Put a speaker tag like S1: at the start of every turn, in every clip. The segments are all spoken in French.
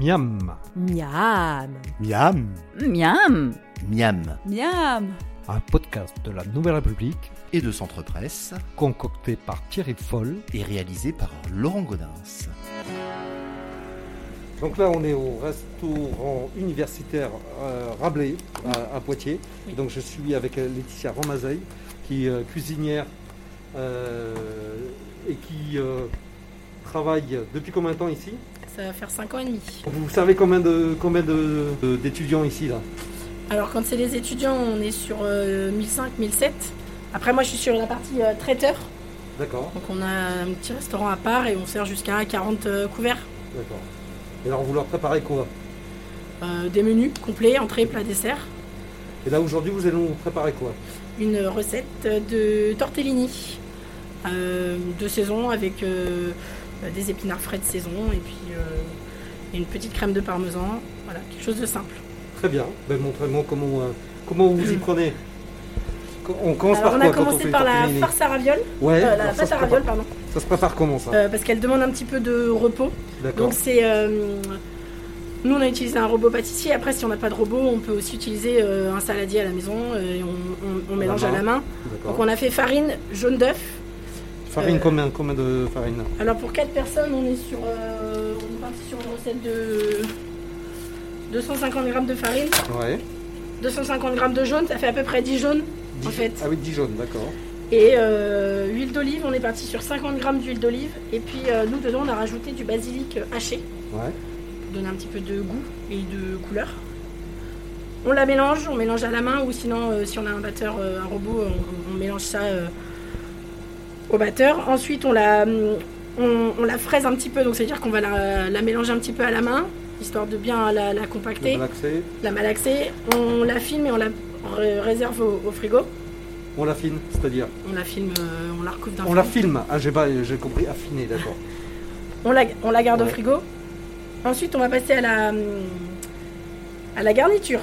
S1: Miam.
S2: Miam.
S3: Miam.
S4: Miam.
S5: Miam
S4: Miam.
S1: Un podcast de la Nouvelle République
S5: et de Centre Presse
S1: concocté par Thierry Foll.
S5: est réalisé par Laurent Godin.
S1: Donc là, on est au restaurant universitaire euh, Rabelais à, à Poitiers.
S4: Oui.
S1: Donc je suis avec euh, Laetitia Ramazeille, qui est euh, cuisinière euh, et qui euh, travaille depuis combien de temps ici
S6: Ça va faire 5 ans et demi.
S1: Vous savez combien de combien de- de- d'étudiants ici là
S6: Alors quand c'est les étudiants, on est sur euh, 1005-1007. Après moi je suis sur la partie euh, traiteur.
S1: D'accord,
S6: Donc on a un petit restaurant à part et on sert jusqu'à 40 euh, couverts.
S1: d'accord. Et alors vous leur préparez quoi
S6: Euh, des menus complets, entrée, plat, dessert.
S1: Et là aujourd'hui, vous allez nous préparer quoi
S6: Une recette de tortellini euh, de saison avec euh, des épinards frais de saison et puis euh, une petite crème de parmesan. Voilà, quelque chose de simple.
S1: Très bien. Ben, Montrez-moi comment, euh, comment vous y prenez. Co- On commence
S6: Alors
S1: par
S6: on
S1: quoi
S6: a
S1: quand on
S6: commencé
S1: fait
S6: par
S1: une
S6: la
S1: tortellini
S6: farce à ravioles,
S1: Ouais,
S6: euh,
S1: alors
S6: la
S1: ça,
S6: pâte
S1: se
S6: à
S1: prépare,
S6: ravioles pardon,
S1: ça se prépare comment ça
S6: euh, parce qu'elle demande un petit peu de repos.
S1: D'accord.
S6: Donc c'est... euh, nous on a utilisé un robot pâtissier, après si on n'a pas de robot on peut aussi utiliser euh, un saladier à la maison euh, et on, on- on mélange à la main. Donc
S1: D'accord.
S6: on a fait farine, jaune d'œuf.
S1: Farine,
S6: euh,
S1: combien, combien de farine
S6: Alors pour 4 personnes on est sur, euh, on est parti sur une recette de 250 g de farine,
S1: Ouais.
S6: 250 g de jaune, ça fait à peu près 10 jaunes en fait.
S1: Ah oui, 10 jaunes, d'accord.
S6: Et euh, huile d'olive, on est parti sur 50 g d'huile d'olive et puis euh, nous dedans on a rajouté du basilic haché.
S1: Ouais.
S6: donner un petit peu de goût et de couleur. On la mélange, on mélange à la main ou sinon euh, si on a un batteur, euh, un robot, on, on mélange ça euh, au batteur. Ensuite on la, hum, on, on la fraise un petit peu, donc c'est-à-dire qu'on va la, la mélanger un petit peu à la main, histoire de bien la, la compacter,
S1: Relaxé.
S6: la malaxer. On la filme et on la ré- réserve au, au frigo.
S1: On l'affine, c'est-à-dire.
S6: On la filme, euh, on la recouvre d'un
S1: On la
S6: film.
S1: filme. Ah, j'ai pas- j'ai compris, affiner, d'accord.
S6: On la, on la garde
S1: Ouais.
S6: au frigo. Ensuite, on va passer à la, hum, à la garniture.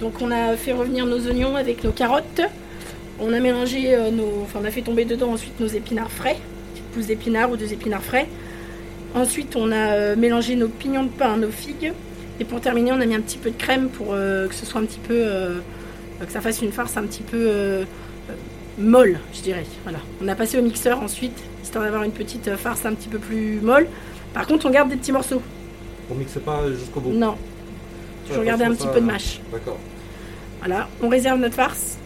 S6: Donc, on a fait revenir nos oignons avec nos carottes. On a mélangé euh, nos. Enfin, on a fait tomber dedans ensuite nos épinards frais. Une petite pousse d'épinards ou deux épinards frais. Ensuite, on a euh, mélangé nos pignons de pain, nos figues. Et pour terminer, on a mis un petit peu de crème pour euh, que ce soit un petit peu. euh, que ça fasse une farce un petit peu euh, euh, molle, je dirais. Voilà. On a passé au mixeur ensuite, histoire d'avoir une petite euh, farce un petit peu plus molle. Par contre, on garde des petits morceaux.
S1: On mixe pas jusqu'au bout.
S6: Non,
S1: Ouais,
S6: toujours garder un
S1: parce que
S6: petit
S1: ça-
S6: peu de mâche.
S1: D'accord.
S6: Voilà, on réserve notre farce.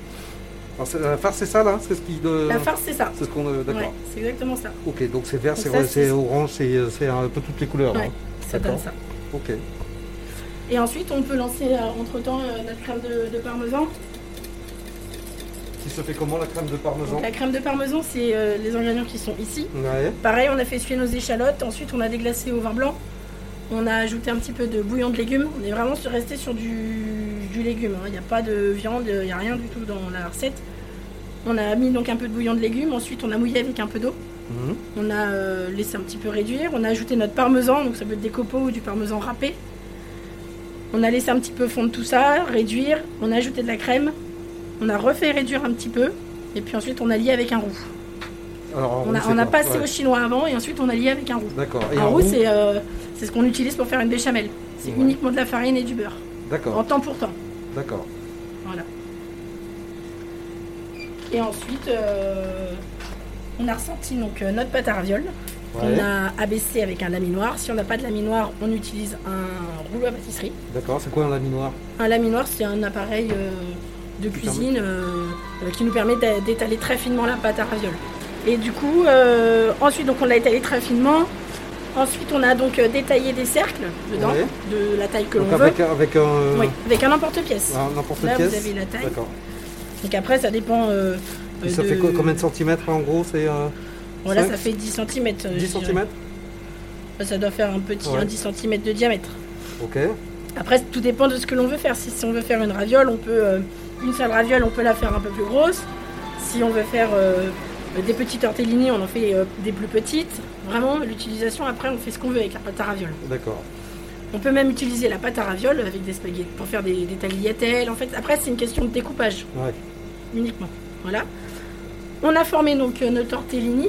S1: Alors, c'est- la farce, c'est ça là C'est ce qui. de-
S6: La farce, c'est ça.
S1: C'est ce qu'on. euh, D'accord.
S6: Ouais, c'est exactement ça.
S1: Ok, donc c'est vert,
S6: Donc
S1: c'est
S6: ça,
S1: rose,
S6: c'est-
S1: c'est orange, c'est c'est un peu toutes les couleurs.
S6: Ouais.
S1: hein.
S6: Ça donne
S1: D'accord.
S6: ça.
S1: Ok.
S6: Et ensuite, on peut lancer euh, entre-temps euh, notre crème de, de parmesan.
S1: Qui se fait comment la crème de parmesan
S6: Donc, la crème de parmesan, c'est euh, les ingrédients qui sont ici.
S1: Ouais.
S6: Pareil, on a fait suer nos échalotes, ensuite on a déglacé au vin blanc. On a ajouté un petit peu de bouillon de légumes. On est vraiment sur- resté sur du, du légume. hein. Il n'y a pas de viande, il n'y a rien du tout dans la recette. On a mis donc un peu de bouillon de légumes. Ensuite, on a mouillé avec un peu d'eau.
S1: Mhm.
S6: On a euh, laissé un petit peu réduire. On a ajouté notre parmesan, donc ça peut être des copeaux ou du parmesan râpé. On a laissé un petit peu fondre tout ça, réduire. On a ajouté de la crème. On a refait réduire un petit peu. Et puis ensuite, on a lié avec un roux.
S1: Alors,
S6: On a,
S1: c'est
S6: on a
S1: quoi
S6: passé
S1: Ouais.
S6: au chinois avant et ensuite on a lié avec un roux.
S1: D'accord. Et
S6: un
S1: en
S6: roux,
S1: roux
S6: c'est euh, c'est ce qu'on utilise pour faire une béchamel. C'est
S1: Ouais.
S6: uniquement de la farine et du beurre, en
S1: D'accord.
S6: temps pour temps.
S1: D'accord.
S6: Voilà. Et ensuite, euh, on a ressenti donc, euh, notre pâte à ravioles.
S1: Ouais.
S6: On a abaissé avec un laminoir. Si on n'a pas de laminoir, on utilise un rouleau à pâtisserie.
S1: D'accord. C'est quoi un laminoir
S6: Un laminoir, c'est un appareil euh, de cuisine euh, euh, qui nous permet d'a- d'étaler très finement la pâte à ravioles. Et du coup, euh, ensuite, donc on l'a étalé très finement. Ensuite, on a donc euh, détaillé des cercles dedans,
S1: Ouais.
S6: de la taille que l'on
S1: Donc
S6: veut.
S1: avec, avec un.
S6: Oui, avec un n'importe-pièce.
S1: un N'importe
S6: Là,
S1: quelle
S6: vous avez la taille.
S1: D'accord.
S6: Donc après, ça dépend. euh,
S1: Et
S6: euh,
S1: ça
S6: de-
S1: fait quoi, combien de centimètres en gros C'est euh,
S6: Bon, là,
S1: cinq
S6: ça fait 10 cm.
S1: 10 centimètres
S6: Ça doit faire un petit
S1: Ouais.
S6: un 10 cm de diamètre.
S1: Ok.
S6: Après, tout dépend de ce que l'on veut faire. Si, si on veut faire une raviole, on peut euh, une seule raviole, on peut la faire un peu plus grosse. Si on veut faire euh, des petites tortellini, on en fait euh, des plus petites. Vraiment, l'utilisation après, on fait ce qu'on veut avec la pâte à raviole.
S1: D'accord.
S6: On peut même utiliser la pâte à raviole avec des spaghettis pour faire des, des tagliatelles. En fait, après, c'est une question de découpage
S1: Ouais.
S6: uniquement. Voilà. On a formé donc euh, nos tortellini.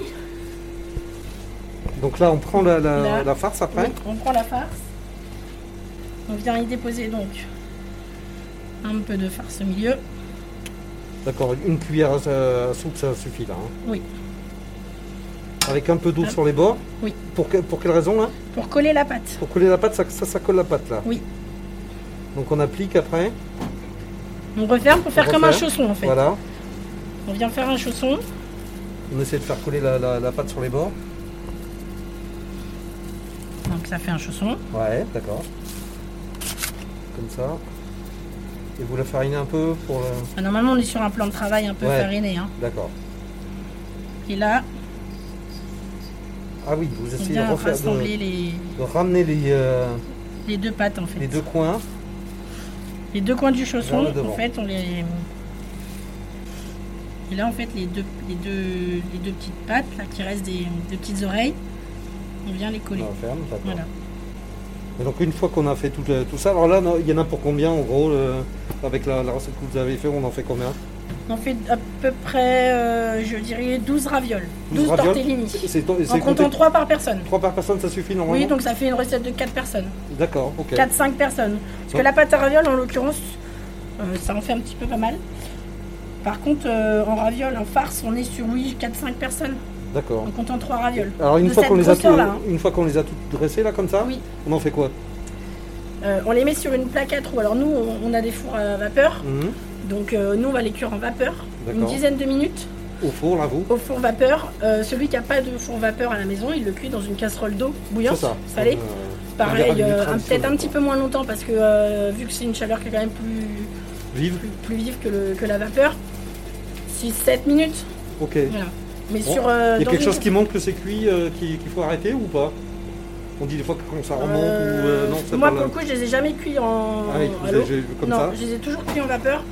S1: Donc là, on prend la, la,
S6: Là.
S1: la farce après
S6: On prend la farce. On vient y déposer donc un peu de farce au milieu.
S1: D'accord, une cuillère euh, à, à soupe, ça suffit là. hein.
S6: Oui.
S1: Avec un peu d'eau
S6: Hop.
S1: sur les bords.
S6: Oui.
S1: Pour, que- pour quelle raison là
S6: Pour coller la pâte.
S1: Pour coller la pâte, ça, ça, ça colle la pâte là.
S6: Oui.
S1: Donc on applique après.
S6: On referme pour faire
S1: On
S6: comme un
S1: referme.
S6: chausson en fait.
S1: Voilà.
S6: On vient faire un chausson.
S1: On essaie de faire coller la, la- la pâte sur les bords.
S6: Donc ça fait un chausson.
S1: Ouais, d'accord. Comme ça. Et vous la farinez un peu pour le.
S6: Ah, Normalement on est sur un plan de travail un peu
S1: Ouais.
S6: fariné. hein.
S1: D'accord.
S6: Et là,
S1: Ah oui, vous
S6: on
S1: essayez de,
S6: vient
S1: refaire,
S6: rassembler
S1: de,
S6: les,
S1: de ramener les, euh,
S6: les deux pattes en fait.
S1: les deux coins.
S6: Les deux coins du
S1: Vers
S6: chausson,
S1: le devant.
S6: en fait, on les. Et là, en fait, les deux, les deux, les deux petites pattes, là, qui restent des deux petites oreilles, on vient les coller.
S1: On la Ah, ferme, d'accord.
S6: Voilà.
S1: Et donc une fois qu'on a fait tout, euh, tout ça, alors là, non, il y en a pour combien en gros euh, Avec la, la recette que vous avez fait, on en fait combien
S6: On fait à peu près, euh, je dirais, 12 ravioles.
S1: 12
S6: 12,
S1: ravioles
S6: tortellini.
S1: C'est c'est
S6: En
S1: compté-
S6: comptant 3 par personne.
S1: trois par personne, ça suffit normalement
S6: Oui, donc ça fait une recette de 4 personnes.
S1: D'accord, ok.
S6: 4-5 personnes. Parce que
S1: Ouais.
S6: la pâte à ravioles, en l'occurrence, euh, ça en fait un petit peu pas mal. Par contre, euh, en ravioles, en farce, on est sur, oui, 4-5 personnes.
S1: D'accord.
S6: En comptant 3 ravioles.
S1: Alors une
S6: de
S1: fois
S6: cette
S1: qu'on les a tout-
S6: grosseur-là, hein.
S1: une fois qu'on les a toutes dressées là comme ça,
S6: Oui.
S1: on en fait quoi
S6: Euh, on les met sur une plaque à trous. Alors nous, on, on a des fours à vapeur.
S1: Mhm.
S6: Donc euh, nous, on va les cuire en vapeur. Une
S1: D'accord.
S6: dizaine de minutes
S1: Au four là vous
S6: au four vapeur. Euh, celui qui n'a pas de four vapeur à la maison, il le cuit dans une casserole d'eau bouillante, salée.
S1: Euh,
S6: Pareil,
S1: on verra
S6: euh,
S1: du
S6: un-
S1: traditionnel,
S6: peut-être un
S1: quoi.
S6: petit peu moins longtemps parce que euh, vu que c'est une chaleur qui est quand même plus,
S1: Vive.
S6: plus, plus vive que, le- que la vapeur, 6-7 minutes.
S1: Ok.
S6: Voilà. Mais
S1: Bon.
S6: sur... euh,
S1: Il y a
S6: dans
S1: quelque
S6: une-
S1: chose qui montre que c'est cuit, euh, qui- qu'il faut arrêter ou pas On dit des fois que quand ça remonte ou
S6: Euh,
S1: euh, non, ça
S6: moi,
S1: parle-
S6: pour le coup, je les ai jamais cuits en...
S1: Ah oui,
S6: à
S1: vous avez-
S6: l'eau.
S1: j'ai vu comme
S6: non,
S1: ça.
S6: je les ai toujours cuits en vapeur.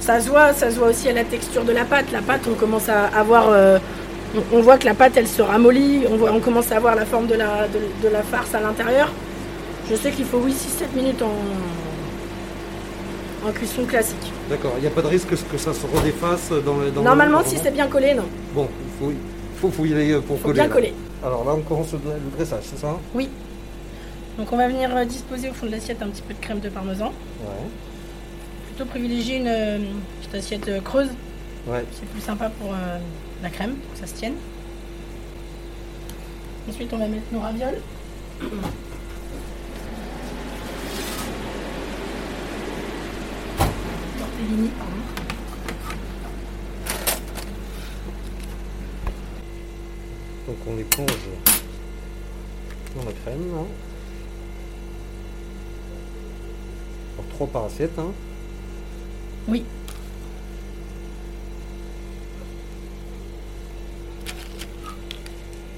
S6: Ça se voit, ça se voit aussi à la texture de la pâte. La pâte, on commence à avoir. euh, on on voit que la pâte, elle se ramollit. On, voit, on commence à avoir la forme de la, de, de la farce à l'intérieur. Je sais qu'il faut, oui, 6-7 minutes en, en cuisson classique.
S1: D'accord. Il n'y a pas de risque que ça se redéfasse dans le. dans
S6: Normalement,
S1: le-
S6: si c'est bien collé, non.
S1: Bon, il faut, faut, faut y aller pour
S6: Il faut
S1: coller. là.
S6: bien coller.
S1: Alors là, on commence le, le dressage, c'est ça
S6: Oui. Donc, on va venir euh, disposer au fond de l'assiette un petit peu de crème de parmesan.
S1: Ouais.
S6: Plutôt privilégier une euh, petite assiette euh, creuse.
S1: Ouais.
S6: C'est plus sympa pour euh, la crème, pour que ça se tienne. Ensuite, on va mettre nos ravioles. Tortellini, pardon.
S1: Donc on les plonge dans la crème. hein. Alors, trois par assiette. hein.
S6: Oui.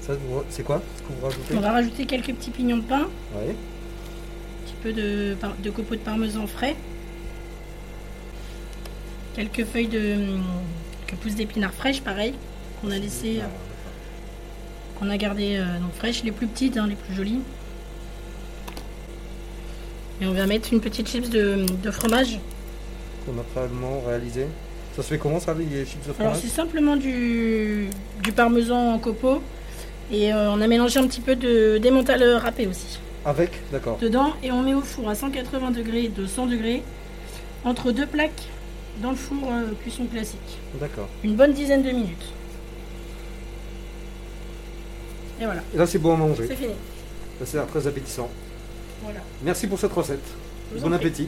S1: Ça, vous- c'est quoi ce que vous rajoutez
S6: On va rajouter quelques petits pignons de pain,
S1: Ouais.
S6: un petit peu de, par- de copeaux de parmesan frais, quelques feuilles de hum, quelques pousses d'épinards fraîches, pareil, qu'on a laissé, euh, qu'on a gardé euh, donc fraîches, les plus petites, hein, les plus jolies. Et on va mettre une petite chips de, de fromage.
S1: qu'on a préalablement réalisé. Ça se fait comment ça, les chips de
S6: Alors
S1: fromage
S6: c'est simplement du, du parmesan en copeaux et euh, on a mélangé un petit peu de d'émental râpé aussi
S1: Avec D'accord.
S6: dedans et on met au four à 180 degrés, 200 degrés, entre deux plaques dans le four euh, cuisson classique.
S1: D'accord.
S6: Une bonne dizaine de minutes. Et voilà,
S1: Et là, c'est bon à manger.
S6: c'est fini.
S1: Ça, c'est très appétissant.
S6: Voilà.
S1: Merci pour cette recette.
S6: Je vous
S1: bon
S6: en prie.
S1: appétit.